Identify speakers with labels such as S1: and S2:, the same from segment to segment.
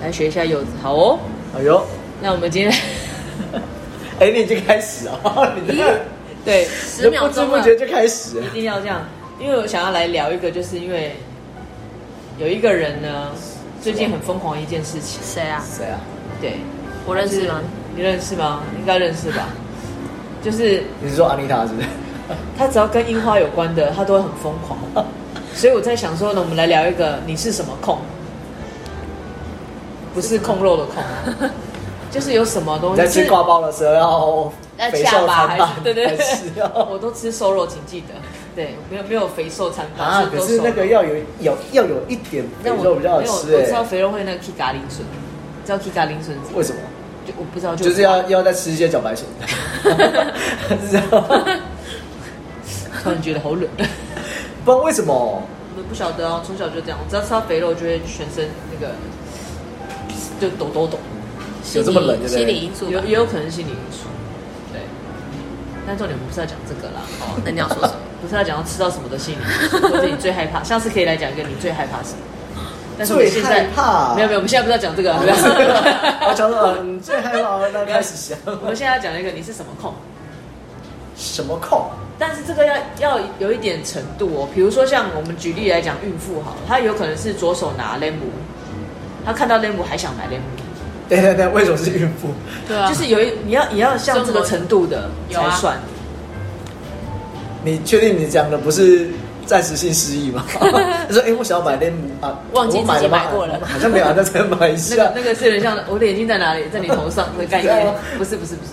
S1: 来学一下柚子，好哦。
S2: 哎呦，
S1: 那我们今天
S2: 哎，你已经开始哦， 你这个
S1: 对
S2: 你
S3: 十
S2: 不
S3: 秒
S2: 知
S3: 钟啊
S2: 不
S1: 啊
S3: 了，
S2: 觉就开始了
S1: 一。定要这样，因为我想要来聊一个，就是因为有一个人呢，最近很疯狂一件事情，
S3: 谁啊？
S2: 谁啊？
S1: 对，
S3: 我认识
S1: 是
S3: 吗？
S1: 你认识吗？应该认识吧。就是
S2: 你是说安妮塔是不是？
S1: 他只要跟樱花有关的，他都会很疯狂。 所以我在想说呢，我们来聊一个你是什么控，不是控肉的控 啊，就是有什么东
S2: 你
S1: 西
S2: 在吃
S1: 是
S2: 挂包的时候要
S1: 要
S2: 肥
S1: 下
S2: 瘦
S1: 巴还
S2: 参半
S1: 是，对对
S2: 还是
S1: 对，
S2: 要
S1: 我都吃瘦肉，请记得，对，没有没有肥瘦参半，
S2: 啊？
S1: 都
S2: 可是
S1: 瘦
S2: 那个要有有要有一点肥
S1: 但我
S2: 肉比较好
S1: 没有
S2: 吃
S1: 我知道
S2: 哎。
S1: 肥肉会那个 K 嘎磷笋，你知道 K 嘎磷笋是什么
S2: 为什么？
S1: 就我不知道就
S2: 就是要要再吃一些茭白 笋，是这样。
S1: 突然觉得好冷，
S2: 不知道为 什么
S1: 我不晓得啊，从小就这样，我只要吃到肥肉就会全身那个就抖抖抖，
S2: 有这么冷，对不
S3: 心理
S2: 对？
S3: 因素吧
S1: 有也有可能是心理因素，对。但重点我们不是要讲这个啦， 哦，
S3: 那你要说什么？
S1: 不是要讲到吃到什么的心理因素，或者你最害 怕，下次可以来讲一个你最害怕什么。但是我们现在
S2: 最害怕
S1: 没有没有，我们现在不是要讲 这个啊，不要
S2: 我想说，你最害怕那开始想
S1: 我们现在要讲一个你是什么控，
S2: 什么控？
S1: 但是这个要要有一点程度哦，比如说像我们举例来讲，孕妇好了，她有可能是左手拿 lem，她看到 lem 还想买 lem，
S2: 对对对，为什么是孕妇？
S3: 对啊，
S1: 就
S3: 就是
S1: 是有一你要也要像这个程度的
S3: 有
S1: 才
S3: 啊
S1: 算。
S2: 你确定你讲的不是暂时性失 忆吗？他说：“哎、我想要买 l 啊，
S3: 忘记
S2: 我买
S3: 自己
S2: 吗
S3: 买过了
S2: 好像没有，啊那 再买一
S1: 那
S2: 下。
S1: 个那个是有点像我的眼睛在哪里，在你头上的概
S2: 这样
S1: 念
S3: 啊
S2: 吗，
S1: 不是不是不是，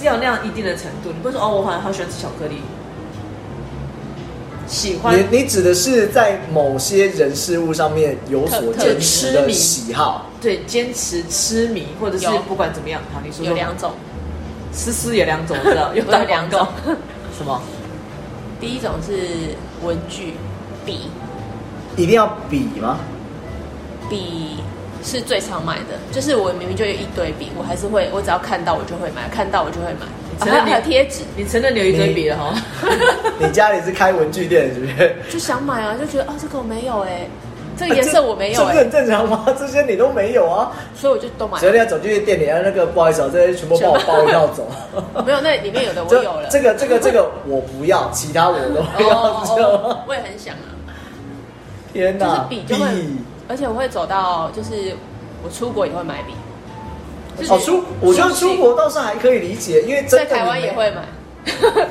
S1: 是要那样一定的程度。你不是说哦，我好像好喜欢吃巧克力，喜欢
S2: 你你指的是在某些人事物上面有所
S3: 特特
S2: 坚持的喜好，
S1: 对坚持痴迷，或者是
S3: 有
S1: 不管怎么样，好你说说
S3: 有两种，
S1: 思思也两种，我知道有
S3: 我有
S1: 打广
S3: 两种
S1: 告，什么？
S3: 第一种是文具，笔，
S2: 一定要比 吗？
S3: 笔是最常买的，就是我明明就有一堆笔，我还是会，我只要看到我就会买，看到我就会买。
S1: 承
S3: 然
S1: 认
S3: 后
S1: 你
S3: 还有贴纸，
S1: 你承认你有一堆笔了哈？
S2: 你家里是开文具店是不 是？
S3: 就想买啊，就觉得哦，这个我没有哎、这个颜色我没 有
S2: 这
S3: 哎、
S2: 不是很正常吗？这些你都没有啊。
S3: 所以我就都买
S2: 所以你要走进去店里，啊，那个不好意思、啊，这些全部帮我包一套 走。
S3: 没有，那里面有的我
S2: 这
S3: 有了。
S2: 这个这个这个我不要，其他我 都
S3: 哦
S2: 要，知道
S3: 哦
S2: 吗？，
S3: 我也很想啊。
S2: 天
S3: 就是
S2: 哪，
S3: 笔就会，而且我会走到，就是我出国也会买笔，就是
S2: 哦，出我觉得出国倒是还可以理解，因为真
S3: 在
S2: 的
S3: 台湾
S2: 你
S3: 也会买，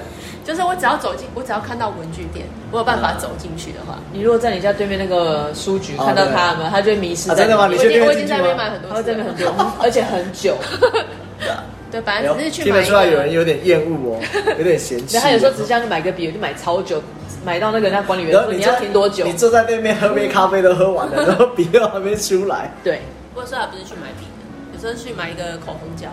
S3: 就是我只要走进，我只要看到文具店，我有办法走进去的话，
S1: 你如果在你家对面那个书局
S2: 哦
S1: 看到他们，他就会迷失
S2: 啊
S1: 在
S2: 真的吗
S1: 里
S2: 你
S3: 我
S1: 面
S2: 去那边
S3: 已经我已
S2: 进
S3: 经
S2: 去
S3: 在那
S2: 吗哦
S3: 边买
S1: 他会在那
S3: 很多次
S1: 边
S3: 了
S1: 很。久，而且很 久。
S3: 对，
S1: 啊
S3: 反
S2: 哎呦
S3: 正只是去
S2: 听
S3: 买
S2: 得
S3: 一
S2: 出来有
S3: 个
S2: 人有点厌恶哦，有点嫌 弃。
S1: 然后他有时候只想去买个笔，我就买超久，买到那个人家管理员
S2: 然后
S1: 说你
S2: 坐
S1: 要停多久
S2: 你？坐在那边喝杯咖啡都喝 完了，然后笔都还没出来，
S1: 对，
S3: 我有时候还不是去买笔的，有时候去买一个口红胶，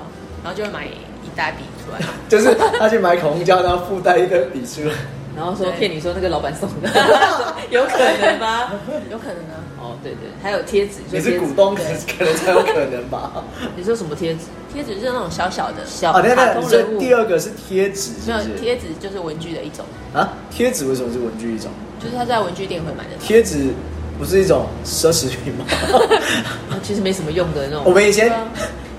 S3: 然后就会买一袋笔 出来。
S2: 就是他去买口红胶，然后附带一根笔出来。
S1: 然后说
S3: 对
S1: 骗你说那个老板送的， 有可能吗？
S3: 有可能啊，
S1: 哦，对对，还有贴纸，
S2: 你
S1: 说贴
S2: 是
S1: 纸
S2: 股东，可
S1: 对
S2: 能可能才有可能吧？
S1: 你说什么贴纸？
S3: 贴纸是那种小小的，哦
S1: 小
S2: 啊，等一下
S1: 卡
S2: 等一
S1: 通
S2: 下，
S1: 人
S2: 你
S1: 物
S2: 这。第二个是贴纸，
S3: 没
S2: 是
S3: 有
S2: 不是？
S3: 贴纸就是文具的一种，
S2: 啊，贴纸为什么是文具一种？
S3: 就是他在文具店会买的。
S2: 贴纸不是一种奢侈品 吗？
S1: 啊其实没什么用的那种。
S2: 我们以前
S3: 对啊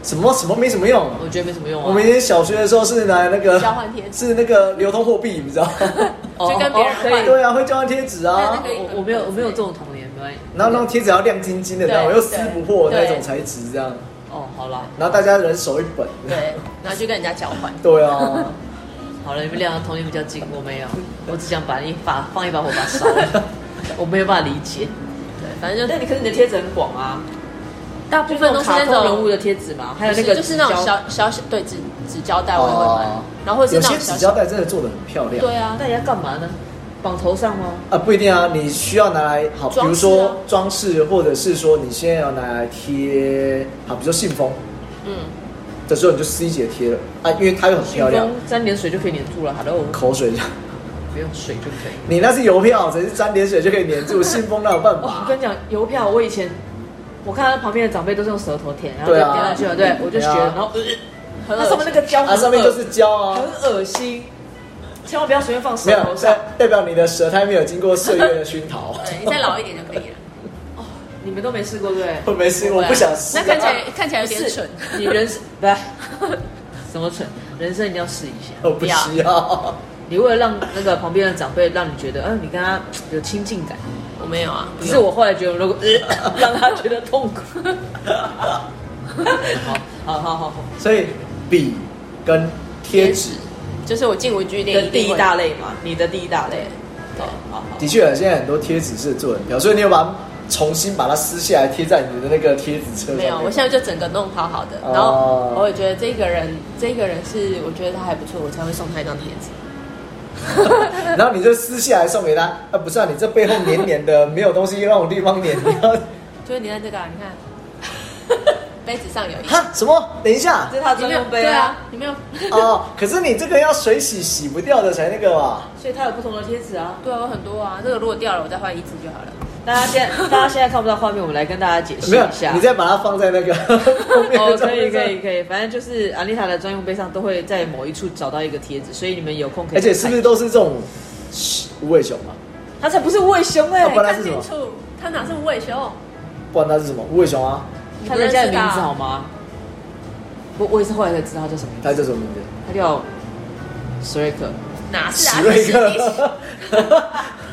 S2: 什么什么没什么用，
S1: 我觉得没什么用啊。
S2: 我们以前小学的时候是拿那个
S3: 交换贴 纸
S2: 是那个流通货币，你知道吗？
S1: 哦
S3: 就跟别人
S1: 哦
S3: 换
S1: 可以
S2: 对啊，会交换贴纸
S3: 还有
S2: 啊
S3: 那。个
S1: 我我没有我没有这种童年，没关系。
S2: 然后那种贴纸要亮晶晶的那种，
S3: 对
S2: 又撕不破的那种
S3: 对
S2: 材质，这样。
S1: 哦，好啦，
S2: 然后大家人手一本。
S3: 对，然后就跟人家交换。
S2: 对啊，
S1: 好了，你们俩童年比较近，我没有，我只想把你把放一把火把它烧 了，我没有办法理解。
S3: 对，反正就
S1: 但你可是你的贴纸很广啊，
S3: 大部分都是
S1: 卡
S3: 那
S1: 通人物
S3: 种，
S1: 的贴纸嘛，还有那个
S3: 就是那种
S1: 胶，
S3: 小小小对纸纸胶 带我也会买
S2: 哦，
S3: 然后或者
S2: 有
S3: 是那
S2: 些
S3: 种
S2: 纸
S3: 小
S2: 胶
S3: 小
S2: 带真的做的很漂亮。
S3: 对啊，
S1: 那你要干嘛呢？绑头上吗？
S2: 啊，不一定啊，你需要拿来好，比如
S3: 装饰
S2: 说
S3: 啊
S2: 装饰，或者是说你现在要拿来贴，好，比如说信封
S3: 嗯，
S2: 的时候，你就撕一节贴了啊，因为它又很漂亮
S1: 信。封沾点水就可以粘住了，Hello，
S2: 口水，
S1: 不用水就可以。
S2: 你那是邮票，只是沾点水就可以粘 住，信封哪有办
S1: 哦，我
S2: 法？啊
S1: 跟你讲，邮票我以前我看到旁边的长辈都是用舌头舔，然后就
S2: 对
S1: 舔
S2: 啊
S1: 下去了，对我就学，
S2: 对啊
S1: 然后呃
S3: 很
S1: 它
S3: 恶
S1: 上面那
S3: 心
S1: 个胶
S2: 啊，
S1: 很
S2: 上面
S1: 恶
S2: 就是胶啊，
S1: 很恶心，千万不要随便放
S2: 没
S1: 舌头
S2: 有，
S1: 上
S2: 代。代表你的舌苔没有经过岁月的熏陶。
S3: 对，你再老一点就可以了。哦，
S1: 你们都没试过对不对？
S2: 我没事，我不想试
S3: 那
S2: 啊。
S3: 看起来看起来有
S1: 不
S3: 点
S1: 是
S3: 蠢。
S1: 你 人生不是什么蠢，人生一定要试一下。
S2: 我哦不需要。
S1: 你为了让那个旁边的长辈让你觉得，嗯、你跟他有亲近感。
S3: 我没有啊，不
S1: 只
S3: 用
S1: 是我后来觉得，如果、 呃、让他觉得痛苦， 好好好好，
S2: 所以笔跟贴纸，
S3: 就是我进文具店
S1: 跟第
S3: 定
S1: 一
S3: 会
S1: 大类嘛，你的第一大类
S3: 对，
S1: 好好好。
S2: 的确现在很多贴纸是做人票，所以你有把它重新把它撕下来贴在你的那个贴纸册上面。
S3: 没有，我现在就整个弄好好的，
S2: 哦
S3: 然后我也觉得这个人，这个人是我觉得他还不错，我才会送他一张贴纸。
S2: 然后你就撕下来送给他，啊，不是啊，你这背后黏黏的，没有东西让我地方黏。你 要
S3: 就是你看这个、啊，你 看杯子上有一，
S2: 哈什么？等一下
S1: 这是他
S3: 你
S1: 专
S3: 没有
S1: 用杯
S3: 对啊
S1: 啊，，
S3: 你没有，
S2: 哦，可是你这个要水洗洗不掉的才那个嘛。
S1: 所以它有不同的贴纸啊。
S3: 对啊，有很多啊，这个如果掉了，我再换一只就好了。
S1: 大家现在大家现在看不到画面，我们来跟大家解释
S2: 没有
S1: 一下。，
S2: 你再把它放在那个后面
S1: 哦
S2: 的，照
S1: 可以
S2: 片上
S1: 可以可以，反正就是安丽塔的专用杯上都会在某一处找到一个贴纸，所以你们有空可以。
S2: 而且是不是？都是这种嘘无尾熊啊？
S1: 它才不是魏熊哎、
S2: 啊不然它
S3: 看
S2: 是什
S3: 清
S2: 么
S3: 楚，他哪是无尾熊？
S2: 不然它是什么？无尾熊啊？
S1: 你不认识他的名字好吗？我我也是后来才知道他叫什么名字，
S2: 它叫什么名字？
S1: 他叫史瑞克。
S3: 哪是啊？
S2: 史瑞
S3: 是史
S2: 克。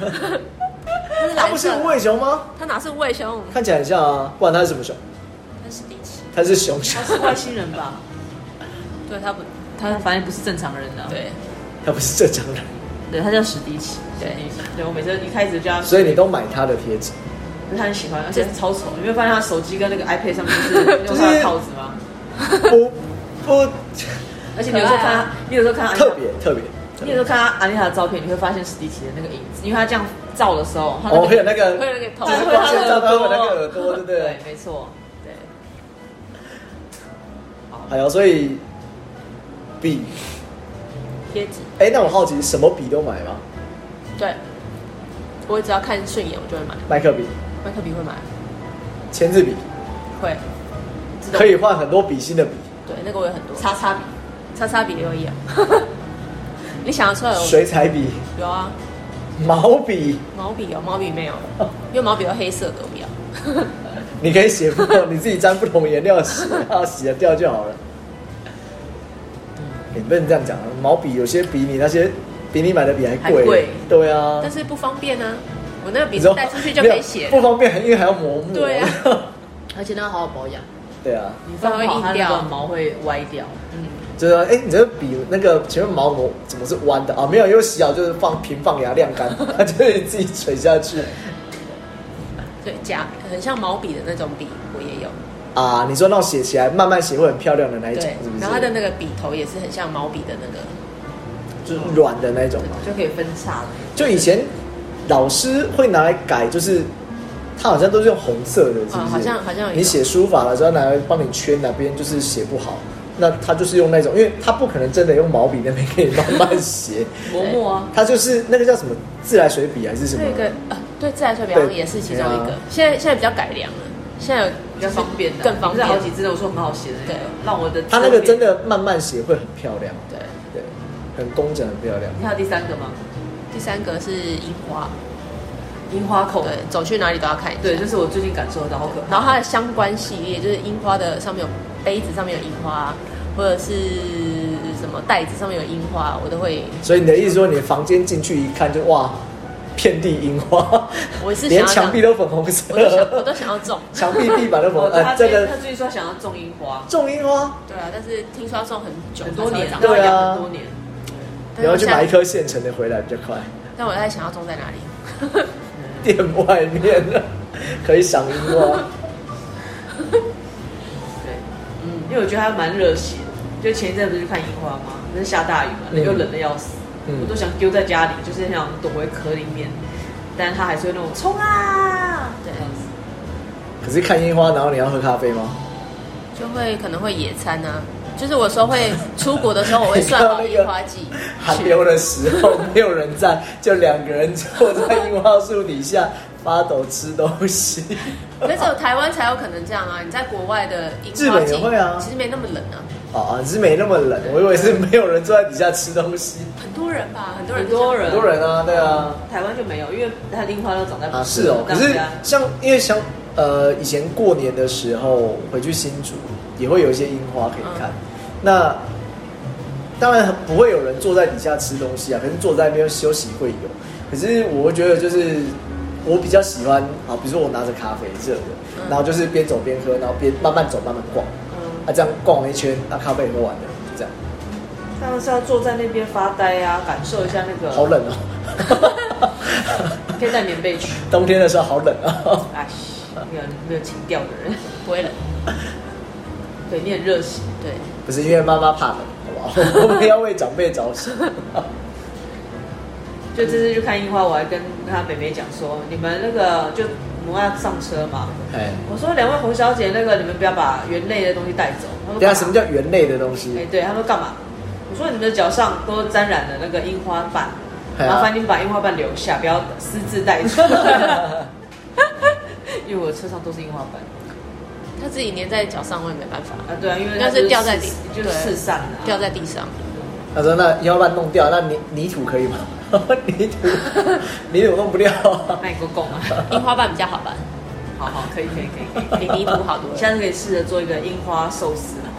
S3: 他是
S2: 它
S3: 蓝
S2: 不是
S3: 色
S2: 无
S3: 的，
S2: 尾熊吗？
S3: 他哪是无尾熊？
S2: 看起来很像啊，不然它是什么熊？
S3: 他是第七，
S2: 它是熊熊
S1: 他，是外星人吧？
S3: 对他不，
S1: 他反正不是正常人啊。
S3: 对
S2: 它不是正常人，
S1: 对，他叫史迪奇。
S3: 对
S1: 史迪奇对，我每次一开始就叫他，
S2: 所以你都买它的贴纸。
S1: 可是他很喜欢，而且超丑。你没有发现他手机跟那个 iPad 上面 是用他的套子吗？
S2: 不不
S1: 而且你有时候看
S3: 可爱
S1: 他，你有时候看他哎
S2: 特别特别。特
S1: 你
S2: 别
S1: 有时候看他安妮塔的照片，你会发现史迪奇的那个影子，因为他这样照的时候，他
S2: 哦，
S1: 那
S2: 会有
S1: 个
S2: 那个，
S3: 会有那个头
S2: 就是光线照到会有那
S1: 啊
S2: 个耳朵，对不对
S1: 对？，没错。
S3: 对，
S2: 还有，哎所以笔，
S3: 贴纸，
S2: 哎、那我好奇，什么笔都买吗？
S3: 对。我只要看顺眼，我就会买。
S2: 麦克笔、
S3: 麦克笔会买，
S2: 签字笔，
S3: 会。自动
S2: 可以换很多笔芯的笔，
S3: 对，那个我有很多。
S1: 叉叉笔，
S3: 叉叉笔留意啊！ 你想得出来有
S2: 水彩笔、
S3: 有啊，
S2: 毛笔，
S3: 毛笔哦有，毛笔没有，因为毛笔有黑色的，我不 要。
S2: 你可以写不同，你自己沾不同颜料洗，啊，洗得掉就好了。你不能这样讲啊，毛笔有些比你那些比你买的笔还贵，
S1: 还贵
S2: 对啊。
S3: 但是不方便啊，我那个笔
S2: 你知道
S3: 带出去就可以写
S2: 没有
S3: 了。
S2: 不方便，因为还要磨墨。
S3: 对啊
S1: 而且那要好好保养，
S2: 对啊，
S1: 你放
S3: 它会
S1: 好
S3: 硬
S1: 它那个
S3: 掉
S1: 毛会歪掉。
S3: 嗯，
S2: 就是说，哎、你这个笔那个前面毛毛怎么是弯的啊？没有，因为洗好就是放平放给它晾 干，它就会自己垂下去
S3: 对，夹很像毛笔的那种笔，我也有。
S2: 啊。你说那种写起来慢慢写会很漂亮的那一种
S3: 对，
S2: 是不是？
S3: 然后它的那个笔头也是很像毛笔的那个。
S2: 就是软的那一种嘛。
S1: 就可以分叉了。
S2: 就以前老师会拿来改，就是它好像都是用红色的，是不是？
S3: 啊好像好像有
S2: 你写书法的时候拿来帮你圈哪边就是写不好，那他就是用那种，因为他不可能真的用毛笔那边给你慢慢 写，
S1: 磨墨啊，
S2: 他就是那个叫什么自来水笔还是什么？
S3: 那个呃，对，自来水笔好像
S2: 对
S3: 也是其中一
S2: 对
S3: 个
S2: 啊。
S3: 现在现在比较改良了，现在有
S1: 比较方便的，
S3: 更方便。
S1: 不是好几支的，我说很好写的那个
S3: 对，
S1: 让我的
S2: 他那个真
S1: 的，
S2: 的慢慢写会很漂亮，
S3: 对，
S2: 对，很工整，很漂亮。
S1: 你还有第三个吗？
S3: 第三个是樱花，
S1: 樱花口，
S3: 对，走去哪里都要看一下。
S1: 对，这是我最近感受到，好可怕。
S3: 然后它的相关系列就是樱花的上面有杯子上面有樱花，或者是什么袋子上面有樱花，我都会。
S2: 所以你的意思说，你房间进去一看就哇，遍地樱花，
S3: 我是想要
S2: 连墙壁都粉红色
S3: 我，都想我都想要种。
S2: 墙壁地板都粉
S1: 哦
S2: 红，
S1: 他
S2: 呃，
S1: 最
S2: 这
S1: 近
S2: 个
S1: 他最近说想要种樱花，
S2: 种樱花。
S3: 对啊，但是听说要种很久，
S1: 很多年，
S3: 它才
S2: 对
S3: 会
S2: 啊
S1: 养很多年。
S2: 你
S3: 长
S2: 要去买一。
S3: 但是
S2: 颗
S3: 我现
S2: 现成的回来比较快，
S3: 在但我在想要种在哪里？
S2: 店外面可以赏樱 花。
S1: 对，
S3: 嗯，
S1: 因为我觉得他蛮热血的。就前一阵不是去看樱花吗？不是下大雨嘛，
S2: 嗯
S1: 又冷的要死，
S2: 嗯
S1: 我都想丢在家里，就是想躲回壳里面。但他还是会那种冲啊，
S3: 对
S1: 这样
S2: 嗯
S1: 子。
S2: 可是看樱花，然后你要喝咖啡吗？
S3: 就会可能会野餐啊。就是我有时候会出国的时候，我会算好
S2: 你知 道那个
S3: 樱花季
S2: 寒
S3: 去
S2: 流的时候没有人在，就两个人坐在樱花树底下发抖吃东西。
S3: 但是有台湾才有可能这样啊！你在国外的樱
S2: 日
S3: 花
S2: 本也
S3: 季
S2: 会啊
S3: 其实没那么冷啊，
S2: 哦，啊，只是没那么冷，我以为是没有人坐在底下吃东西。
S3: 很多人吧，很多人
S1: 很多人
S2: 很多人啊，对啊，
S1: 台湾就没有，因为它的樱花都长在
S2: 啊啊是哦。可
S1: 大
S2: 是
S1: 家
S2: 像因为像呃，以前过年的时候回去新竹，也会有一些樱花可以看。那当然不会有人坐在底下吃东西啊，可是坐在那边休息会有。可是我会觉得就是我比较喜欢啊，比如说我拿着咖啡热的，
S3: 嗯
S2: 然后就是边走边喝，然后边慢慢走慢慢逛，
S1: 嗯，
S2: 啊这样逛了一圈，那、咖啡也喝完了，这样
S1: 当然是要坐在那边发呆啊，感受一下那个。
S2: 好，冷哦、
S1: 可以带棉被去。
S2: 冬天的时候好冷啊、
S1: 哎，没有没有情调的人，
S3: 不会冷，
S1: 对你很热情。
S3: 对，
S2: 不是因为妈妈怕冷，好不 好？我们要为长辈着想。
S1: 就这次去看樱花，我还跟他妹妹讲说，你们那个就我们要上车嘛。
S2: 哎，
S1: 我说两位洪小姐，那个你们不要把园内的东西带走。他说
S2: 等一下啊什么
S1: 叫？
S2: 叫园类的东
S1: 哎
S2: 西？、
S1: 对，他说干嘛？我说你们的脚上都沾染了那个樱花瓣，啊
S2: 哎呀
S1: 麻烦你们把樱花瓣留下，不要私自带 出。因为我车上都是樱花瓣
S3: 他自己粘在脚上，我也没办法，
S1: 啊，对啊，因为它
S3: 那
S1: 就是
S3: 掉在地
S1: 就是
S3: 对
S1: 四散的、啊，
S3: 掉在地上。
S2: 他说那要不然弄掉，那泥泥土可以吗？ 泥土，泥土弄不掉、啊。
S1: 卖公公 啊。
S3: 樱花瓣比较好吧，
S1: 好好，可以可以可以可以。
S3: 比泥土 好多
S1: 你
S3: 了。
S1: 下次可以试着做一个樱花寿司啊，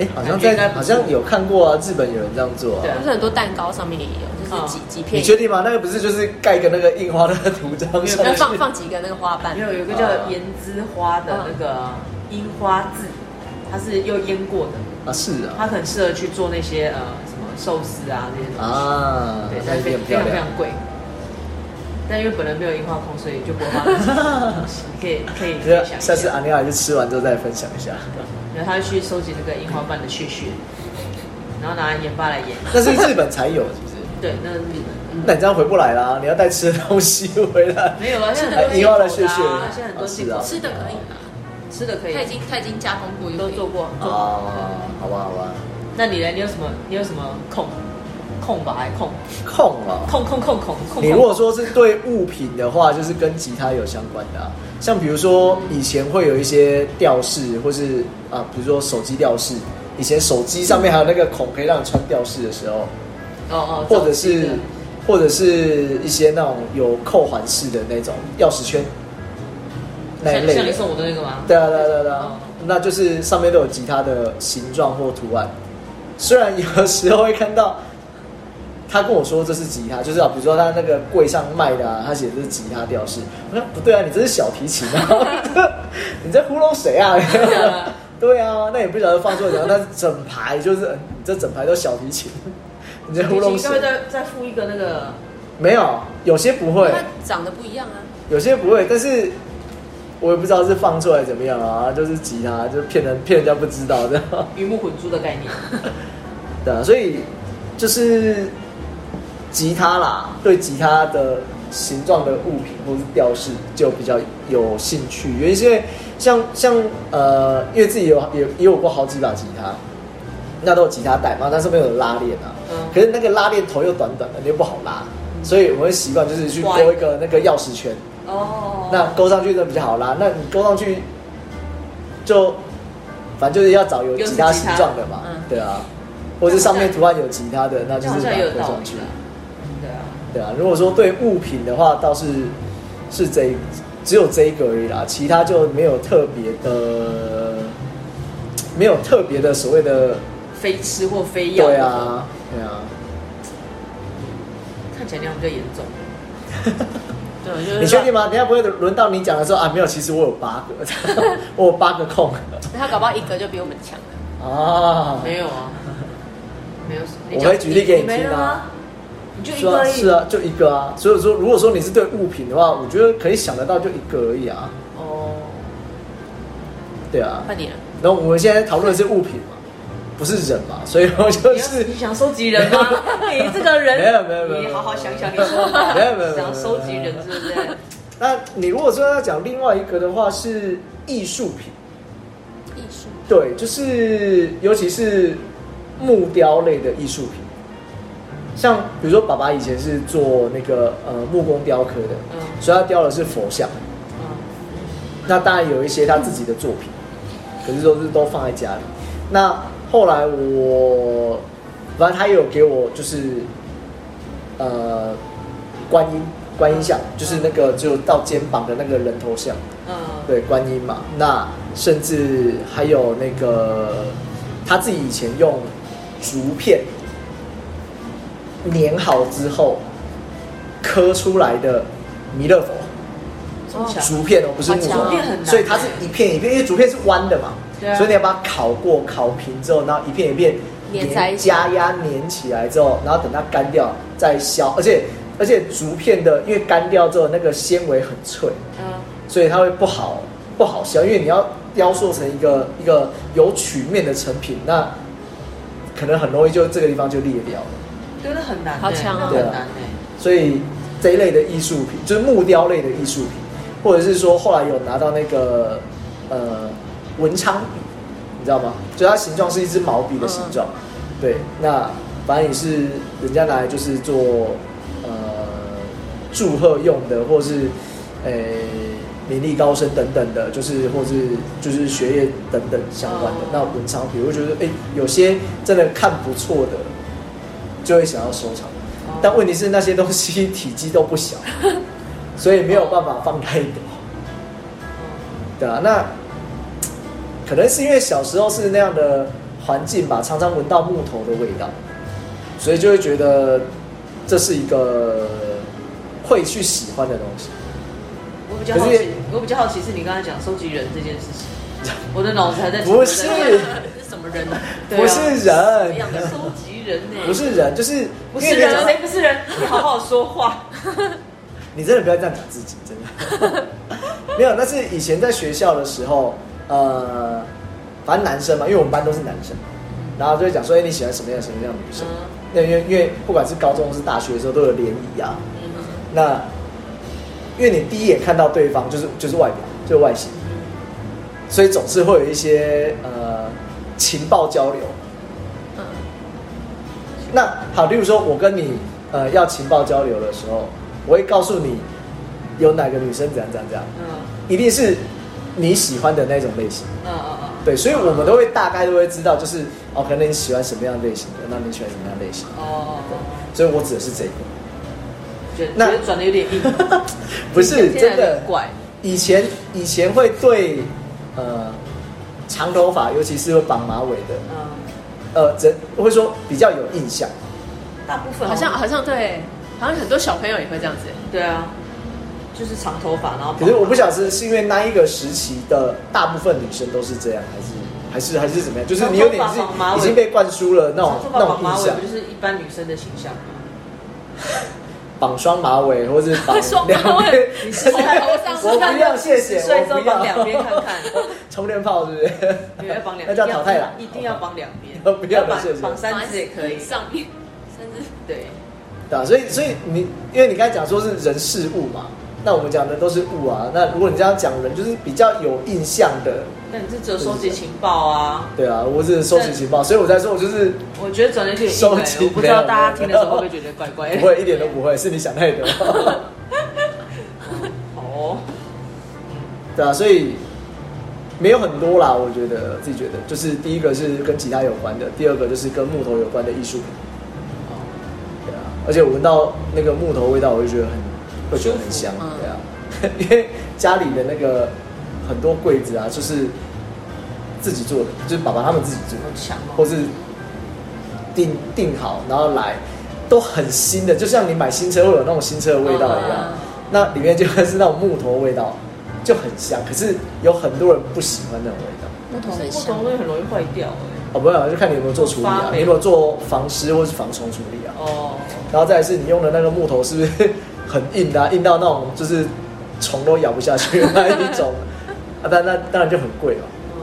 S2: 哎，好像
S1: 感觉应该
S2: 在
S1: 不
S2: 好
S1: 错
S2: 像有看过啊，日本有人这样做啊
S1: 对。
S3: 不是很多蛋糕上面也有，就是几
S1: 嗯
S3: 几
S2: 你
S3: 片，
S2: 确定吗？那个不是就是盖个那个印花的图章上
S3: 要
S2: 去？
S3: 放放几个那个花瓣
S1: 没，有有一个
S2: 啊
S1: 叫盐之花的那个樱花渍，它是又腌过的，
S2: 啊，是啊，
S1: 它很适合去做那些呃什么寿司啊这些东西。
S2: 啊，
S1: 对，
S2: 那
S1: 但
S2: 一
S1: 非
S2: 定
S1: 常非
S2: 很漂
S1: 常非
S2: 亮。
S1: 常贵。但因为本人没有樱花控，所以就不会花那么多东西可以可以可以想一
S2: 啊下次
S1: 下，
S2: 阿尼亚去吃完之后再分享一下。
S1: 然后他去收集那个樱花瓣的屑屑，然后拿盐巴来腌。
S2: 那是日本才有，是 不是？
S1: 对，那是日本。
S2: 那你这样回不来啦，你要带吃的东西回来。
S1: 没有啊，现在
S2: 哎
S1: 很多
S2: 樱花的
S1: 进
S2: 屑
S1: 口
S2: 屑
S1: 的啊，现在很多
S2: 啊是
S1: 进口
S2: 啊
S1: 的
S3: 吃的可以吗？
S1: 吃的可以
S3: 他，已经他已经加工过，
S1: 都做。过。
S2: 哦，好吧，好吧，
S1: 那你呢？你有什么？你有什么控？控吧，还控
S2: 控哦。
S1: 控控控控控。
S2: 你如果说是对物品的话，就是跟吉他有相关的、啊，像比如说以前会有一些吊饰，或是啊，比如说手机吊饰，以前手机上面还有那个孔可以让你穿吊饰的时候，
S1: 哦哦，
S2: 或者
S1: 早期的
S2: 是或者是一些那种有扣环式的那种钥匙圈那一
S1: 像
S2: 类
S1: 像你
S2: 的，
S1: 送我的那个吗？
S2: 对啊对啊对啊对啊
S1: 哦，
S2: 那就是上面都有吉他的形状或图案，虽然有时候会看到。他跟我说这是吉他，就是啊，比如说他那个柜上卖的啊，他写的是吉他吊饰。我说不对啊，你这是小提琴啊， 你在糊弄谁啊？ 对啊，那也不晓得放错然后那整排就是你这整排都小提琴，你在糊弄
S1: 你应该
S2: 谁
S1: 会？再再附一个那个
S2: 没有，有些不会，
S3: 它长得不一样啊，
S2: 有些不会，但是我也不知道是放出来怎么样啊，就是吉他，就骗人骗人家不知道的，
S1: 鱼目混珠的 概念。
S2: 对啊，所以就是吉他啦，对吉他的形状的物品或是吊饰就比较有兴趣，有一些像像呃，因为自己有也也有过好几把吉他，那都有吉他带嘛，那上面有拉链啊，
S1: 嗯
S2: 可是那个拉链头又短短的，你又不好拉，所以我会习惯就是去
S1: 挂一
S2: 勾一个那个钥匙圈。
S1: 哦
S2: 那勾上去就比较好拉。那你勾上去就反正就是要找有吉他形状的嘛
S3: 又是吉他嗯，
S2: 对啊，或是上面图案有吉他的，那
S1: 这
S2: 就
S1: 样好
S2: 是把
S1: 像也有
S2: 它勾
S1: 道
S2: 上
S1: 理
S2: 去
S1: 了。。对啊，
S2: 对啊，如果说对物品的话，倒是是这一只有这一个而已啦，其他就没有特别的，没有特别的所谓的
S1: 非吃或非要。
S2: 对，啊，对啊。
S1: 看起来你好像比较严重。
S2: 啊
S3: 对，就是
S2: 你确定吗？等一下不会轮到你讲的时候啊？没有，其实我有八个， 我有八个空
S3: 他搞不好一格就比我们强了。
S2: 啊。
S1: 没有 啊，没有什么。你
S2: 我
S1: 讲
S2: 会举例给你
S1: 没
S2: 听
S1: 了
S2: 啊
S1: 吗。你就是一个
S2: 啊，
S1: 而已
S2: 是。啊，就一个啊。所以说，如果说你是对物品的话，我觉得可以想得到就一个而已啊。
S1: 哦，
S2: 对啊，
S3: 换你了，
S2: 然后我们现在讨论的是物品嘛，不是人嘛， 所以我就
S1: 你要
S2: 是
S1: 你想收集 人吗？你这个人，
S2: 没有没有没有没有
S1: 你好好想想你说的话，
S2: 没有没有没有没有
S1: 想收集人是不是？
S2: 那你如果说要讲另外一个的话，是艺术品，
S3: 艺术
S2: 对，就是尤其是木雕类的艺术品，像比如说爸爸以前是做那个呃木工雕刻的，
S1: 嗯
S2: 所以他雕的是佛像。
S1: 嗯，
S2: 那当然有一些他自己的作品，可是都是都放在家里。那后来我，反正他也有给我就是，呃，观音观音像，就是那个只有到肩膀的那个人头像，
S1: 嗯，
S2: 对，观音嘛。那甚至还有那个他自己以前用竹片粘好之后刻出来的弥勒佛，
S1: 这么强，
S2: 竹片哦，不是木
S3: 好
S2: 头
S3: 强哦，
S2: 所以它是一片一片，因为竹片是弯的嘛，
S1: 对啊
S2: 所以你要把它烤过、烤平之后，然后一片一片
S3: 粘在一起
S2: 加压粘起来之后，然后等它干掉再削，而且而且竹片的因为干掉之后那个纤维很脆，
S1: 嗯，
S2: 所以它会不好不好削，因为你要雕塑成一个一个有曲面的成品，那可能很容易就这个地方就裂掉了。
S1: 对，那很难欸，
S3: 好强哦
S1: 那
S2: 啊
S1: 很难哎，
S2: 所以这一类的艺术品，就是木雕类的艺术品，或者是说后来有拿到那个呃文昌笔，你知道吗？就它形状是一支毛笔的形状，对，那反正也是人家拿来就是做呃祝贺用的，或是呃勉励高升等等的，就是或是就是学业等等相关的。
S1: 哦
S2: 那文昌笔，我觉得哎、有些真的看不错的，就会想要收藏。
S1: 哦
S2: 但问题是那些东西体积都 不小，所以没有办法放太多，对啊，那可能是因为小时候是那样的环境吧，常常闻到木头的味道，所以就会觉得这是一个会去喜欢的东西。
S1: 我比较好
S2: 可是
S1: 奇，我比较好奇是你刚才讲收集人这件事情，我的脑子还在
S2: 不是
S3: 是什么人呢？
S1: 对啊
S2: 不是
S1: 怎么
S2: 人，
S1: 样的收集人呢，
S2: 不是人，就是
S1: 不
S2: 因
S1: 是
S2: 为你
S1: 人，
S2: 讲
S1: 谁不是人？你好好说话。
S2: 你真的不要这样打自己，真的。没有，那是以前在学校的时候，呃，反正男生嘛，因为我们班都是男生，然后就会讲说，哎、你喜欢什么样什么样的女生？
S1: 嗯
S2: 那因为因为不管是高中或是大学的时候都有联谊啊，
S1: 嗯，
S2: 那因为你第一眼看到对方就是就是外表，就是外形，所以总是会有一些呃情报交流。
S3: 嗯，
S2: 那好，例如说我跟你呃要情报交流的时候，我会告诉你有哪个女生怎样怎样怎样，
S1: 嗯
S2: 一定是你喜欢的那种类型。
S1: 嗯嗯
S2: 对，所以我们都会大概都会知道，就是哦，可能你喜欢什么样类型的，那你喜欢什么样类型
S1: 嗯，。哦，
S2: 所以我指的 是这个，
S1: 觉得
S2: 那
S1: 觉得转的有点硬，
S2: 不
S1: 听
S2: 是
S1: 起来
S2: 真
S1: 有点
S2: 的。
S1: 怪。
S2: 以前以前会对呃长头发，尤其是会绑马尾的，
S1: 嗯，
S2: 呃，人会说比较有印象。
S1: 大部分
S3: 好像好像对，好像很多小朋友也会这样子。
S1: 对啊，就是长头发，然后
S2: 可是我不晓得是是因为那一个时期的大部分女生都是这样，还是还是还是怎么样？就是你有点
S1: 长
S2: 是
S1: 头发绑马尾
S2: 已经被灌输了那种
S1: 长头发
S2: 那种
S1: 绑马
S2: 印
S1: 尾
S2: 象
S1: 不，就是一般女生的形象吗？
S2: 绑双马尾或是 绑
S3: 双 马尾
S2: 哦两边，
S3: 你
S1: 是
S3: 头上是
S2: 我不要，谢谢，
S1: 所以之
S2: 我
S1: 后
S2: 不
S1: 绑两
S2: 要。
S1: 边看看，
S2: 充电炮是不是？
S1: 有要绑两，
S2: 那叫淘汰了，
S1: 一定要绑两边，
S2: 不要了
S1: 绑
S2: 谢谢
S1: 绑三只也可以，
S3: 上面三只
S1: 对，
S2: 对啊，所以所以你因为你刚才讲说是人事物嘛，那我们讲的都是物啊。那如果你这样讲人，就是比较有印象的，
S1: 那你这只有收集情报啊。
S2: 对啊，我只是收集情报，所以我在说我就是
S1: 我觉得转的有点硬、
S2: 收集
S1: 欸，我不知道大家听的时候会不会觉得怪怪的。
S2: 不会一点都不会，是你想太多。
S1: 好哦，
S2: 对啊，所以没有很多啦，我觉得自己觉得，就是第一个是跟吉他有关的，第二个就是跟木头有关的艺术品。对啊，而且我闻到那个木头味道，我就觉得很会觉得很香
S3: 舒服嗯。
S2: 对啊， 因为家里的那个很多柜子啊，就是自己做的，就是爸爸他们自己做的，
S1: 好强哦
S2: 或是定定好然后来，都很新的，就像你买新车会有那种新车的味道一样。
S3: 嗯
S2: 那里面就是那种木头味道，就很香。可是有很多人不喜欢那种味道。
S3: 木头很
S1: 不
S3: 香
S1: 同，东西很容易坏掉哎、
S2: 哦，不要，就看你有没有做处理啊
S1: 发，霉
S2: 你有没有做防湿或是防虫处理啊。
S1: 哦，
S2: 然后再来是你用的那个木头是不是很硬的、啊， 硬到那种就是虫都咬不下去的那一种 啊？但那当然就很贵了。
S1: 嗯，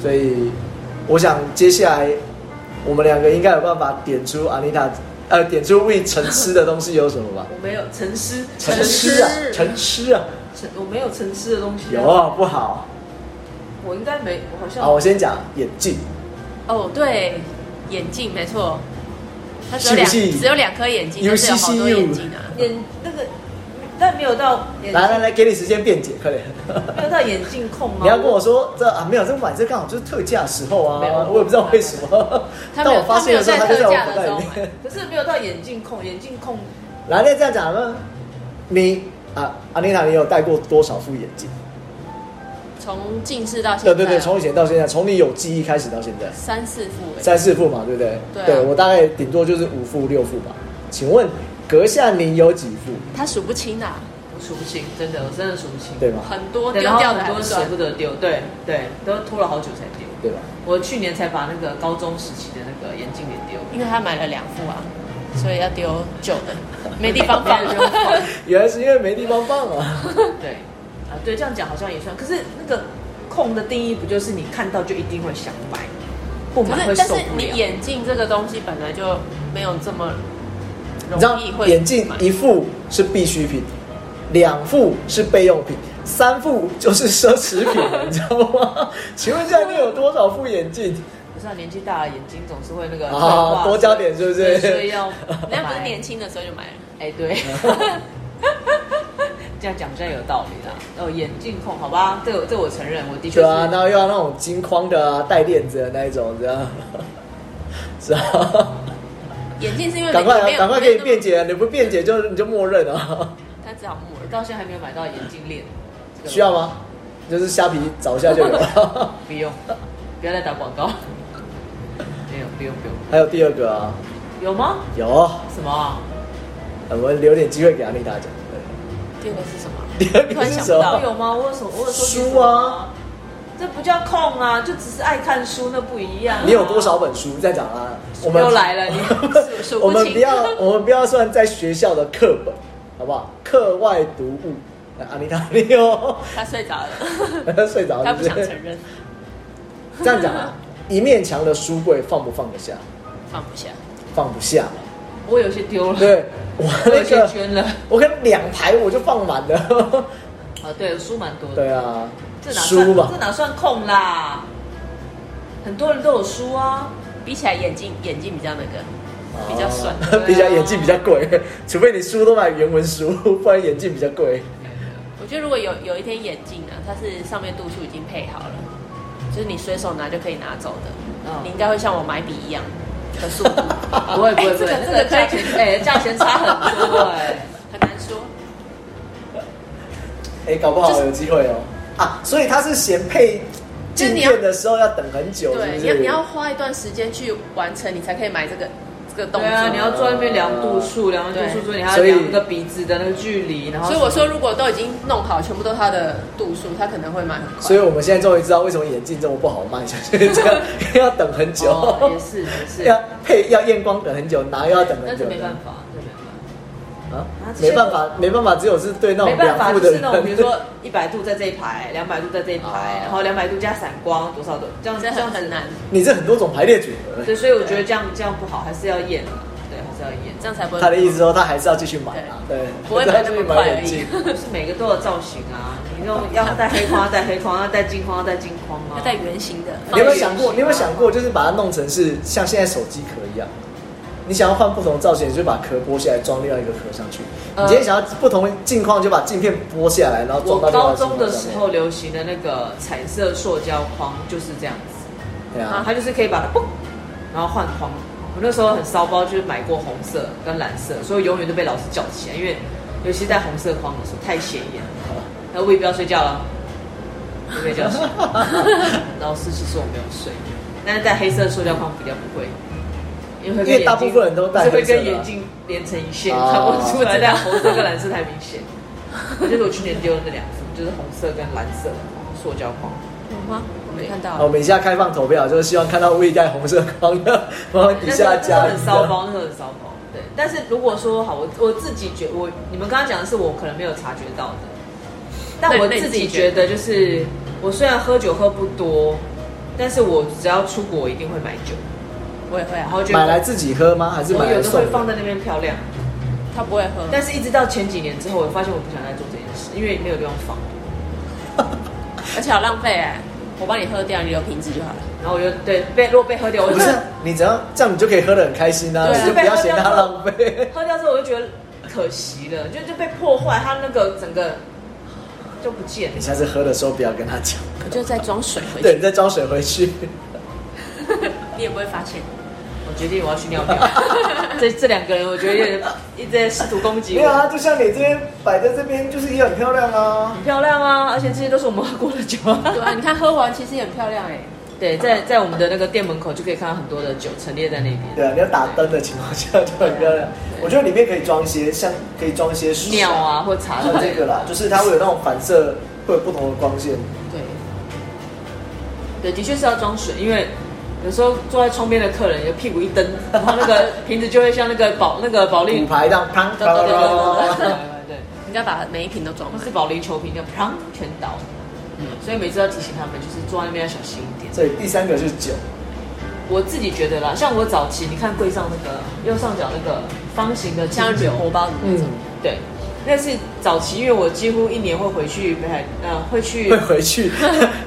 S2: 所以我想接下来我们两个应该有办法点出安妮塔，呃，点出为陈吃的东西有什么吧？
S1: 我没有沉思，
S2: 陈
S1: 沉
S2: 吃啊，
S1: 沉
S2: 陈吃啊，
S1: 沉，我没有沉思的东西、
S2: 有，啊，不好。
S1: 我应该没，我好像
S2: 好，我先讲眼镜。
S3: 哦，对，眼镜没错，它只
S2: 是
S3: 有
S2: 不
S3: 两
S2: 是
S3: 只有两颗眼睛，但是有好多
S2: UCCU
S3: 眼睛啊。
S1: 眼那个但没有到眼
S2: 来来
S1: 镜，
S2: 来，给你时间辩解，快点。
S1: 没有到眼镜控吗？
S2: 你要跟我说这啊没有，这买这刚好就是特价时候啊
S1: 没有，
S2: 我也不知道为什么。
S3: 他
S2: 但
S3: 没有
S2: 我发现的时候，
S3: 他
S2: 它
S3: 没
S2: 就
S3: 有
S2: 在我口
S3: 在特价的
S2: 袋
S3: 时候
S2: 里面。
S1: 可是没有到眼镜控，眼镜控
S2: 来，那这样讲呢？你啊，安妮塔，你有戴过多少副眼镜？
S3: 从近视到现在，
S2: 对对对，从以前到现在，从你有记忆开始到现在，
S3: 三四副、欸，
S2: 三四副嘛，对不对？
S3: 对啊
S2: 我大概顶多就是五副六副吧。请问阁下您有几副？
S3: 他数不清啊，
S1: 我数不清，真的，我真的数不清。
S2: 对吗？
S3: 很多
S1: 对，
S3: 丢
S1: 然后
S3: 掉的
S1: 很
S3: 还
S1: 多
S3: 不
S1: 舍
S3: 算
S1: 不。得丢，对对，都拖了好久才丢。
S2: 对吧？
S1: 我去年才把那个高中时期的那个眼镜给丢。
S3: 因为他买了两副啊，所以要丢旧的，没地方放
S1: 没地方放。
S2: 原来是因为没地方放啊。
S1: 对，啊，对，这样讲好像也算。可是那个控的定义不就是你看到就一定会想买，不
S3: 可
S1: 买
S3: 是
S1: 会，
S3: 但
S1: 受
S3: 是
S1: 不
S3: 你
S1: 了？
S3: 眼镜这个东西本来就没有这么
S2: 你知道
S3: 容易会
S2: 眼镜
S3: 买
S2: 一副是必需品，两副是备用品，三副就是奢侈品了，你知道 吗？请问一下，你有多少副眼镜？
S1: 不是啊，年纪大了眼睛总是会那个退
S2: 啊，
S1: 化
S2: 多交点是不
S1: 对
S2: 是？
S1: 所以 要
S3: 人家不是年
S1: 纪，
S3: 轻的时候就买了，
S1: 哎，对。这样讲比较有道理啦。哦，眼镜控，好吧，这个这我承认，我的确
S2: 对
S1: 是。
S2: 啊，然后又要那种金框的啊，带链子的那一种，这样是啊。
S3: 眼镜是因为
S2: 赶
S3: 没
S2: 快
S3: 有
S2: 啊，
S3: 没有
S2: 赶快给你
S3: 没有
S2: 辩解，你不辩解就你就默认 啊，
S3: 那么他只好木
S1: 我
S3: 耳。
S1: 到现在还没有买到眼镜链，这个
S2: 需要吗？就是虾皮找一下就有了。
S1: 不用，不要再打广 告。没有，不用，不用。
S2: 还有第二个啊，
S1: 有吗？
S2: 有，呃
S1: 什么啊？
S2: 我们留点机会给安妮大讲。
S3: 第二个是什么？
S2: 对第二
S3: 突
S2: 个
S3: 然
S2: 是
S3: 想
S2: 什
S3: 不
S2: 么
S3: 到
S1: 我？有吗？我有什么？我有说
S2: 书
S1: 清楚吗
S2: 啊？
S1: 这不叫空啊，就只是爱看书，那不一样啊、
S2: 你有多少本书在讲啊？我们
S1: 又来 了你
S3: 数数不清
S2: 我们不要，我们不要算在学校的课本，好不好？课外读物。那阿妮塔， 你有
S3: 他睡着了，
S2: 睡着
S3: 他
S2: 了
S3: 不
S2: 是
S3: 想
S2: 不
S3: 承
S2: 是？
S3: 认，
S2: 这样讲啊，一面墙的书柜放不放得下？
S3: 放不下。
S2: 放不下嘛。
S1: 我有些丢了，
S2: 对 我
S1: 我有
S2: 那
S1: 些
S2: 个，
S1: 捐了。
S2: 我跟两排我就放满了。
S1: 啊，对，书蛮多的。
S2: 对啊，
S1: 这哪算
S2: 书吧
S1: 这，哪算空啦？很多人都有书啊，
S3: 比起来眼镜眼镜比较那个，比较酸。
S2: 哦
S1: 对啊
S2: 比较眼镜比较贵，除非你书都买原文书，不然眼镜比较贵。
S3: 我觉得如果有有一天眼镜啊，它是上面度数已经配好了，就是你随手拿就可以拿走的，
S1: 嗯
S3: 你应该会像我买笔一样的速 度。
S2: 啊
S1: 不会不会不会，
S3: 哎这个
S1: 那
S3: 这个可以
S1: 价钱哎，价钱差很多哎、
S3: 很难说，
S2: 哎、搞不好
S3: 就是
S2: 有机会哦、啊！所以他是嫌配进店的时候要等很久，是
S3: 对，
S2: 不
S3: 你要
S2: 是？
S3: 你要花一段时间去完成，你才可以买这个这个动
S1: 对
S3: 作。
S1: 啊，你要坐在那边量度数，量完度数之后，你还要
S2: 所以
S1: 量那个鼻子的那个距离，然后
S3: 所以我说，如果都已经弄好，全部都它的度数，它可能会买很快。
S2: 所以我们现在终于知道为什么眼镜这么不好卖， 就是这样要等很久，
S1: 哦也是也是，
S2: 要配要验光等很久，拿又要等
S1: 但
S2: 很
S1: 是
S2: 久，
S1: 没办法，对没办法。
S2: 啊
S1: 啊，这
S2: 没
S1: 些
S2: 办法，没办法，只有是对那
S1: 没
S2: 种
S1: 办法，
S2: 两副
S1: 就
S2: 的
S1: 是
S2: 人，
S1: 那 种比如说一百度在这一排，两百度在这一排
S2: 哦，
S1: 然后两百度加散光多少的，这样
S3: 这
S1: 这
S3: 很
S1: 样
S3: 很难，，
S2: 你这很多种排列组合
S1: 对，。所以我觉得这样这样不好，还是要验啊，对，还是要验。
S3: 这样才不会。
S2: 他的意思说，他还是要继续买啊，对，
S3: 不会
S2: 还是要继
S3: 买那么
S2: 续
S3: 快
S2: 买
S3: 而
S2: 眼
S3: 已
S2: 镜。
S1: 就是每个都有造型啊，你那种要戴黑框要戴黑框，要戴金框要戴金框
S3: 要
S1: 啊。
S3: 带圆形的。
S2: 你有没有
S1: 放
S2: 想过？
S1: 眼睛啊
S2: 你有没有想过，就是把它弄成是像现在手机壳一样？你想要换不同造型，你就把壳剥下来装另外一个壳上去。
S1: 呃
S2: 你今天想要不同镜框，就把镜片剥下来，然后
S1: 我
S2: 装到另外
S1: 高
S2: 一个镜
S1: 中
S2: 框
S1: 的
S2: 上
S1: 时
S2: 面
S1: 候流行的那个彩色塑胶框就是这样子，
S2: 对
S1: 然后
S2: 啊，
S1: 它就是可以把它嘣，然后换框。我那时候很骚包，就是买过红色跟蓝色，所以永远都被老师叫起来，因为尤其戴红色框的时候太显眼了。那我也不要睡觉了，会被叫醒。 老师，其实我没有睡，但是戴黑色塑料框比较不会，因为会跟
S2: 因为
S1: 眼睛
S2: 大部分人都戴
S1: 是会
S2: 黑色的啊
S1: 跟眼镜连成一线，
S2: 哦
S1: 看不出来。但红色跟蓝色太明显，就是 我去年丢的那两副，就是红色跟蓝色的塑胶框。
S3: 有吗？我没看
S2: 好我
S3: 到。
S2: 们以下开放投票，就是希望看到未戴红色框的，麻烦底下加
S1: 那时候很骚包，那时候很骚包。对，但是如果说好，我我自己觉我你们刚刚讲的是我可能没有察觉到的，但
S3: 那
S1: 我
S3: 那你
S1: 自
S3: 自
S1: 己
S3: 己
S1: 觉
S3: 觉
S1: 得就是，我虽然喝酒喝不多，但是我只要出国我一定会买酒，
S3: 我也会
S1: 然
S3: 啊，
S1: 后就
S2: 买来自己喝吗？还是
S1: 我
S2: 买
S1: 有
S2: 来
S1: 的
S2: 送
S1: 会
S2: 的？嗯
S1: 放在那边漂亮，
S3: 他不会喝。
S1: 但是一直到前几年之后，我发现我不想再做这件事，因为没有地方放，
S3: 而且好浪费哎、我帮你喝掉，你留瓶子就好了。
S1: 然后我就对被如果被喝掉，我就
S2: 不是，你只要这样，你就可以喝得很开心啊，
S3: 对啊
S2: 你就不要嫌它浪费。
S1: 喝掉之后我就觉得可惜了，就就被破坏，它那个整个就不见
S2: 你
S1: 了。
S2: 下次喝的时候不要跟他 讲，
S3: 我就再装水回
S2: 对，你
S3: 去，
S2: 再装水回去。
S3: 你也不会发现。
S1: 我决定我要去尿尿。这这两个人，我觉得有点一直在试图攻击
S2: 没有啊，
S1: 我。
S2: 就像你这边摆在这边，就是也很漂亮啊。
S1: 很漂亮啊，而且这些都是我们喝过的酒啊。
S3: 对啊，你看喝完其实也很漂亮哎、
S1: 对，在在我们的那个店门口就可以看到很多的酒陈列在那边。
S2: 对啊，你要打灯的情况下就很漂亮。我觉得里面可以装一些像，可以装一些水
S1: 尿，啊或茶之
S2: 像
S1: 类
S2: 这个
S1: 的。
S2: 啦，就是它会有那种反射，会有不同的光线。
S1: 对，对，的确是要装水，因为有时候坐在窗边的客人，有屁股一蹬，然后那个瓶子就会像那个保那个保
S2: 骨
S1: 龄，
S2: 牌这样砰
S1: 对
S2: 啪
S1: 对对
S2: 啪
S1: 对
S2: 啪
S1: 对对
S2: 啪。
S1: 对，
S3: 你应该把每一瓶都装
S1: 或
S3: 满
S1: 是。保龄球瓶就砰全倒。
S3: 嗯
S1: 所以每次要提醒他们，就是坐在那边要小心一点。
S2: 所以第三个就是酒，
S1: 我自己觉得啦，像我早期，你看柜上那个右上角那个方形的
S3: 像
S1: 清
S3: 惹
S1: 酒，
S3: 红包的
S2: 嗯
S3: 那种，
S1: 对，那是早期，因为我几乎一年会回去北海，呃，会去
S2: 会回去。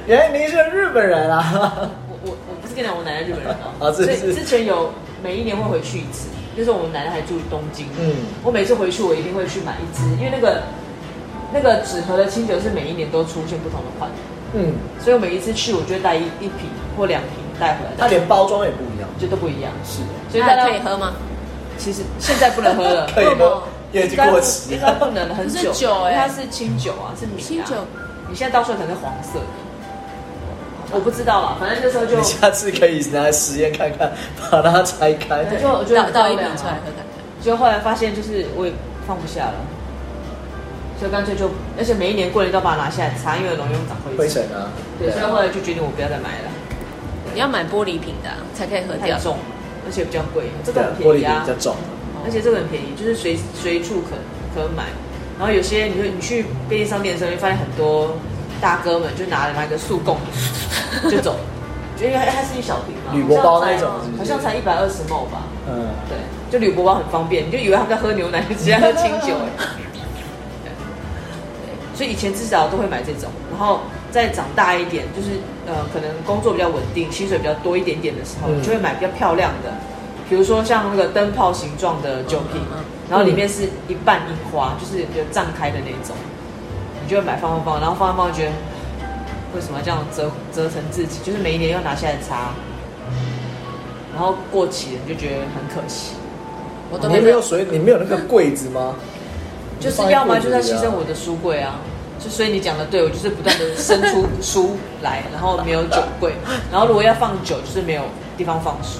S2: 原来您是日本人啊！
S1: 我我我不是跟你讲，我奶奶日本人啊
S2: ，啊是
S1: 所以
S2: 是
S1: 之前有每一年会回去一次，就是我们奶奶还住东京，
S2: 嗯
S1: 我每次回去我一定会去买一支，因为那个那个纸盒的清酒是每一年都出现不同的款，
S2: 嗯，
S1: 所以我每一次去我就会带一一瓶或两瓶带回来，
S2: 它连包装也不一样。
S1: 就都不一样，
S2: 是，。
S1: 所以大
S3: 那
S1: 家
S3: 可以，喝吗？
S1: 其实现在不能喝了
S2: 可以
S3: 为什
S2: 喝
S3: 么，
S2: 因为已经过期
S1: 应该不
S2: 了。
S1: 应该不能很久，
S3: 可是酒欸
S1: 因为它是清酒啊，是米、啊、
S3: 清酒，
S1: 你现在到时候可能是黄色的，我不知道啦，反正那时候就
S2: 你下次可以拿来实验看看，把它拆开。
S1: 对就我觉得
S3: 倒
S1: 很
S3: 倒
S1: 漂
S3: 一瓶
S1: 亮啊
S3: 出来喝看看。
S1: 就后来发现，就是我也放不下了，所以干脆就，而且每一年过年都把它拿下来擦，因为龙雍长
S2: 灰
S1: 灰尘。
S2: 尘啊，
S1: 对，
S2: 啊
S1: 所以后来就决定我不要再买了，
S3: 你要买玻璃瓶的啊、才可以喝
S1: 太
S3: 掉。
S1: 重，而且比较贵，这个
S2: 对啊
S1: 很
S2: 玻璃
S1: 便
S2: 比
S1: 宜啊
S2: 较，重。
S1: 而且这个很便宜，就是随随处可可买。然后有些你会你去便利商店的时候，你会发现很多大哥们就拿着那个塑供的就走， 就因为它它是一小瓶嘛，
S2: 铝箔包那种
S1: 好像才好像
S2: 是不是
S1: 才一百二十 ml 吧，
S2: 嗯，
S1: 对，就铝箔包很方便，你就以为他们在喝牛奶，直接喝清酒哎、 对所以以前至少都会买这种，然后再长大一点，就是呃，可能工作比较稳定，薪水比较多一点点的时候，
S2: 嗯
S1: 就会买比较漂亮的，比如说像那个灯泡形状的酒瓶
S3: 嗯嗯嗯，
S1: 然后里面是一半樱花，就是有绽开的那种，你就会买放放放，然后放放放，觉得为什么要这样折折成自己？就是每一年要拿下来擦，然后过期了你就觉得很可惜。
S3: 我都
S2: 你
S3: 没
S2: 没有
S3: 有。
S2: 水，你没有那个柜子吗？
S1: 就是要么就是在牺牲
S2: 我。
S1: 我的书柜啊。就所以你讲的对，我就是不断的生 出书来，然后没有酒柜，然后如果要放酒，就是没有地方放书。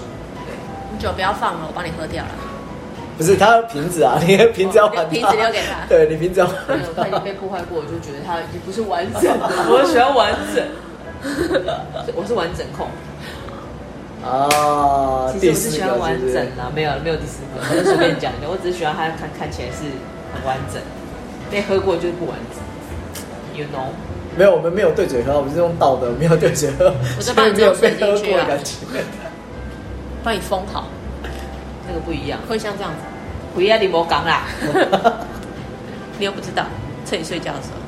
S3: 你酒不要放了，我帮你喝掉了。
S2: 不是，他的瓶子 啊，你的瓶子要还他。
S1: 哦
S3: 瓶子留给他
S2: 对你瓶子要还
S1: 对，我它已经
S2: 他。
S1: 被破坏过，我就觉得它已经不是完整的， 我喜欢完整，我是完整控，
S2: 啊，
S1: 其实
S2: 第
S1: 我
S2: 四
S1: 是喜
S2: 个
S1: 欢完
S2: 是不是
S1: 整啊，没有没有第四个，我就随便讲一讲，我只是喜欢它看看起来是很完整，被喝过就是不完整，you know。
S2: 没有，我们没有对嘴喝，我们是用倒的，没有对嘴喝，
S3: 我
S2: 所
S3: 就
S2: 以
S3: 把你
S2: 没有被喝
S3: 这样
S1: 啊
S2: 过的感
S3: 塞
S2: 觉。
S3: 帮你封好，
S1: 那个不一样，
S3: 会像这样子，
S1: 回家你莫讲 啦，
S3: 你又不知道，趁你睡觉的时候。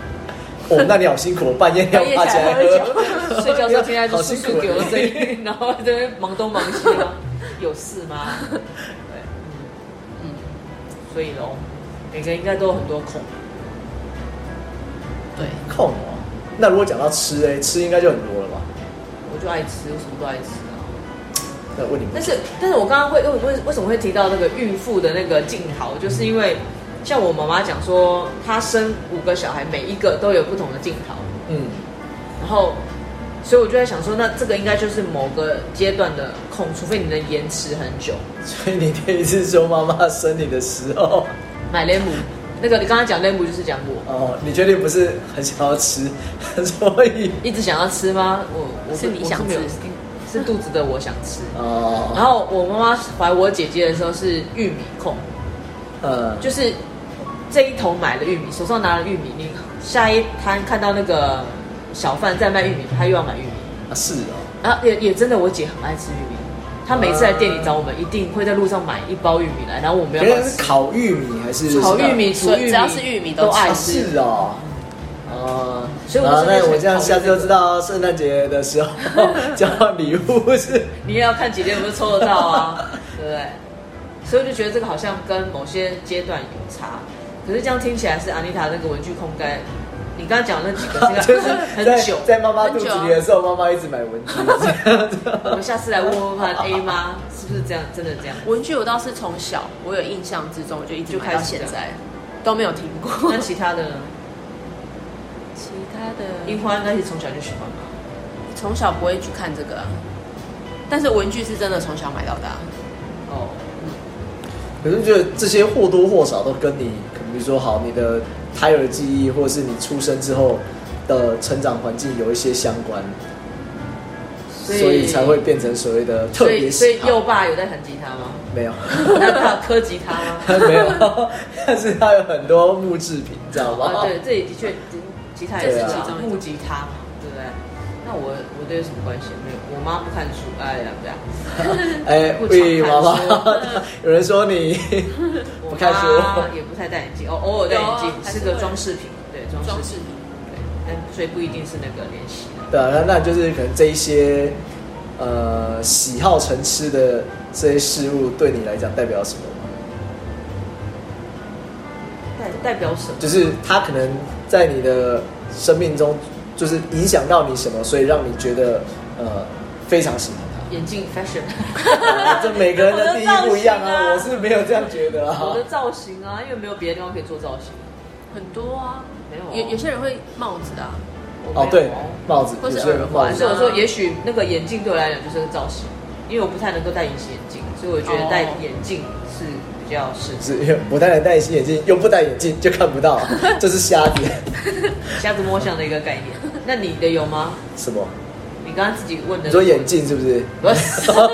S2: 哦，那你好辛苦，我半夜要爬起来 喝，
S1: 睡觉的时候听到
S2: 好
S1: 就叔
S2: 辛
S1: 叔
S2: 苦
S1: 给我的声音，然后在那边忙东忙西的，有事吗？ 对，嗯，所以咯，每个人应该都有很多恐，
S3: 对，
S2: 空哦。那如果讲到吃诶，吃应该就很多了吧？
S1: 我就爱吃，我什么都爱吃啊。
S2: 那问你们
S1: 但是，但是我刚刚会为为为什么会提到那个孕妇的那个镜头，就是因为像我妈妈讲说，她生五个小孩，每一个都有不同的镜头，
S2: 嗯，
S1: 然后，所以我就在想说，那这个应该就是某个阶段的控，除非你能延迟很久。
S2: 所以你第一次说妈妈生你的时候，
S1: 买 l e 那个你刚刚讲 l e 就是讲我
S2: 哦，你确定不是很想要吃，所以
S1: 一直想要吃吗？我我
S3: 是你想吃
S1: 我是没有是肚子的我想吃。然
S2: 哦，
S1: 后我妈妈怀我姐姐的时候是玉米控，
S2: 嗯，
S1: 就是这一头买了玉米，手上拿了玉米，你下一摊看到那个小贩在卖玉米，他又要买玉米。
S2: 啊是哦，
S1: 然后也也真的，我姐很爱吃玉米，她每次来店里找我们，一定会在路上买一包玉米来，然后我们要
S2: 原
S1: 不要
S2: 来是
S1: 吃。
S2: 烤玉米还是
S1: 炒玉米、煮
S3: 所以
S1: 玉米，
S3: 只要是玉米都
S1: 都爱
S2: 啊
S1: 吃。
S2: 是哦，哦，
S1: 所以我
S2: 啊
S1: 是
S2: 那
S1: 很
S2: 我这样
S1: 讨厌
S2: 下次
S1: 这
S2: 就
S1: 个
S2: 知道圣诞节的 时候 交换礼物是
S1: 你也要看姐姐有没有抽得到啊，对不对？所以我就觉得这个好像跟某些阶段有差。可是这样听起来是安妮塔那个文具控盖，你刚刚讲的那几个
S2: 就
S1: 这
S2: 是
S1: 个很
S2: 在
S1: 久。
S2: 在妈妈肚子里的时候，妈妈一直买文具。
S1: 我们下次来问问 看 A 妈是不是这样，真的这样？
S3: 文具我倒是从小我有印象之中，我就一直
S1: 就
S3: 买
S1: 开
S3: 到
S1: 始
S3: 现
S1: 这样
S3: 在，都没有停过。
S1: 那其他的呢？
S3: 其他的
S1: 樱花应该是从小就喜欢吧？
S3: 从小不会去看这个、啊，但是文具是真的啊从小买到大。
S1: 哦，
S2: 可是觉得这些或多或少都跟你，可能比如说好你的胎儿记忆，或者是你出生之后的成长环境有一些相关，
S1: 所
S2: 所
S1: 以
S2: 以才会变成所谓的特
S1: 所
S2: 别
S1: 以所
S2: 喜
S1: 以
S2: 好。
S1: 右爸有在弹吉他吗？
S2: 没有，
S1: 那他有磕吉他吗？
S2: 没有， 但是它有很多木制品，知道吗？
S1: 啊，对，这里的确吉他也是
S2: 对啊
S1: 其中一种木吉他嘛，对不对？那我我对有什么关系？没有，我妈不看书，哎呀，对啊，
S2: 哎，
S1: 不常
S2: 喂，妈妈
S1: 看书，嗯
S2: 有人说你
S1: 我
S2: 不看
S1: 妈
S2: 书，
S1: 也不太戴眼镜，哦，偶尔戴眼
S3: 有啊
S1: 镜，
S3: 还是
S1: 是
S3: 会
S1: 个装饰品，对，装
S3: 装
S1: 饰
S3: 饰
S1: 品，
S3: 品，
S1: 对，但所以不一定是那个练习的。
S2: 对啊，那那就是可能这一些呃喜好成痴的这些事物，对你来讲代表什么吗？
S1: 代代表什么？
S2: 就是它可能在你的生命中，就是影响到你什么，所以让你觉得呃非常喜欢
S1: 眼镜 fashion，
S2: 它。 这每个人的定义不一样啊，
S1: 我的造型啊
S2: 我是没有这样觉得啊
S1: 我。的造型啊，因为没有别的地方可以做造型。
S3: 很多啊，
S1: 没有啊
S3: 有有些人会帽子啊，
S1: 我没有
S2: 哦，对，帽子，
S3: 或是
S2: 有些人
S3: 耳
S2: 帽
S3: 环啊
S1: 所以
S2: 子
S1: 我说，也许那个眼镜对我来讲就是个造型，因为我不太能够戴隐形眼镜，所以我觉得戴
S3: 哦
S1: 眼镜是比较适合。
S2: 是因为不戴戴隐形眼镜，又不戴眼镜就看不 到，这是瞎子。
S1: 瞎子摸象的一个概 念。那你的有吗？
S2: 什么？
S1: 你刚刚自己问的，
S2: 你说眼，镜是不是？
S1: 不是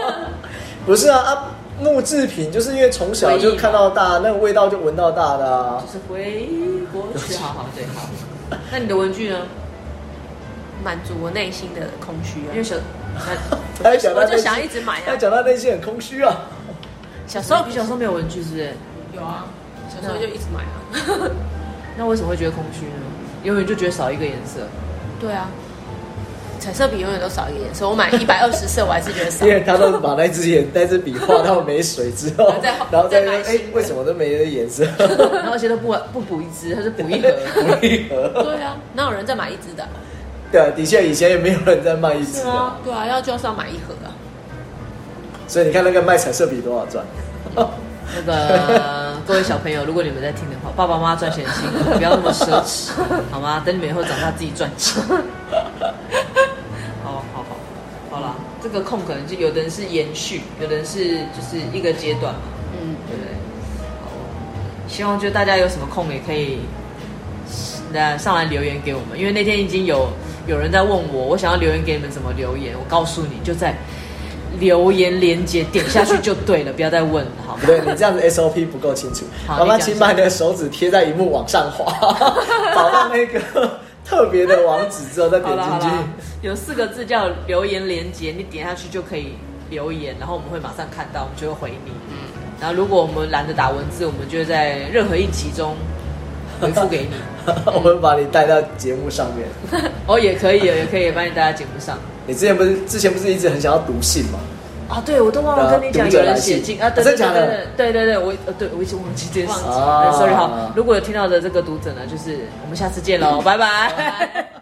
S2: 不是啊啊！木制品就是因为从小就看到大，那个味道就闻到大的啊
S1: 就。是回国去，好好对好。那你的文具呢？
S3: 满足我内心的空虚啊
S1: 因为。小，那
S2: 他讲到
S3: 我
S2: 那
S3: 就
S2: 些
S3: 想一直买
S2: 他
S3: 啊。
S2: 讲到内心很空虚啊。
S3: 小时
S1: 所以
S3: 候
S1: 你小时候没有文具是不是？
S3: 有啊，小时候就一直买啊。
S1: 那为什么会觉得空虚呢？永远就觉得少一个颜色。
S3: 对啊，彩色笔永远都少一个颜色，我买一百二十色我还是觉得 少
S2: 因。为他都把那支眼那支笔画到没水之后
S3: 再，
S2: 然后在那
S3: 再
S2: 边
S3: 买
S2: 哎
S3: 新的，
S2: 为什么都没人颜色？
S1: 然后而且都不不补一支，它是补一盒。
S2: 不一盒。
S3: 对啊，哪有人再买一支的？
S2: 对啊，的确以前也没有人在卖一支
S1: 是
S2: 啊，
S1: 吗？
S3: 对啊，要就是要买一盒啊。
S2: 所以你看那个卖彩色笔多少赚。
S1: 那个各位小朋友，如果你们在听的话，爸爸妈妈赚钱辛苦，不要那么奢侈，好吗？等你们以后长大自己赚钱。 好好好，好啦，这个空可能就有的人是延续，有的人是就是一个阶段嘛，
S3: 嗯，
S1: 对不对？好，希望就大家有什么空也可以。那上来留言给我们，因为那天已经有有人在问我，我想要留言给你们怎么留言，我告诉你就在留言连接点下去就对了，不要再问了，好吗
S2: 不？对，你这样子 SOP 不够清楚。
S1: 好
S2: 妈妈，
S1: 你讲
S2: 请把你的手指贴在荧幕往上 滑，找到那个 特别的网址之后再点
S1: 好了好
S2: 进去。
S1: 了，有四个字叫留言连接，你点下去就可以留言，然后我们会马上看到，我们就会回你。
S2: 嗯
S1: 然后如果我们懒得打文字，我们就会在任何一集中回复 给你。
S2: 我们把你带到节目上面。
S1: 哦，也可以，也可以把你带 到节目上。
S2: 你之前不是之前不是一直很想要读信吗？
S1: 啊，对，我都忘
S2: 了
S1: 了
S2: 跟
S1: 跟
S2: 你
S1: 你
S2: 讲
S1: 讲，
S2: 有
S1: 有
S2: 人
S1: 人
S2: 写
S1: 写
S2: 进
S1: 进
S2: 啊
S1: 啊，
S2: 对
S1: 对
S2: 对
S1: 对对
S2: 对对
S1: 对对对，我呃，对我已经忘记这件事哎
S2: 忘记了
S1: ，sorry 哈。如果有听到的这个读者呢，就是我们下次见喽，拜拜。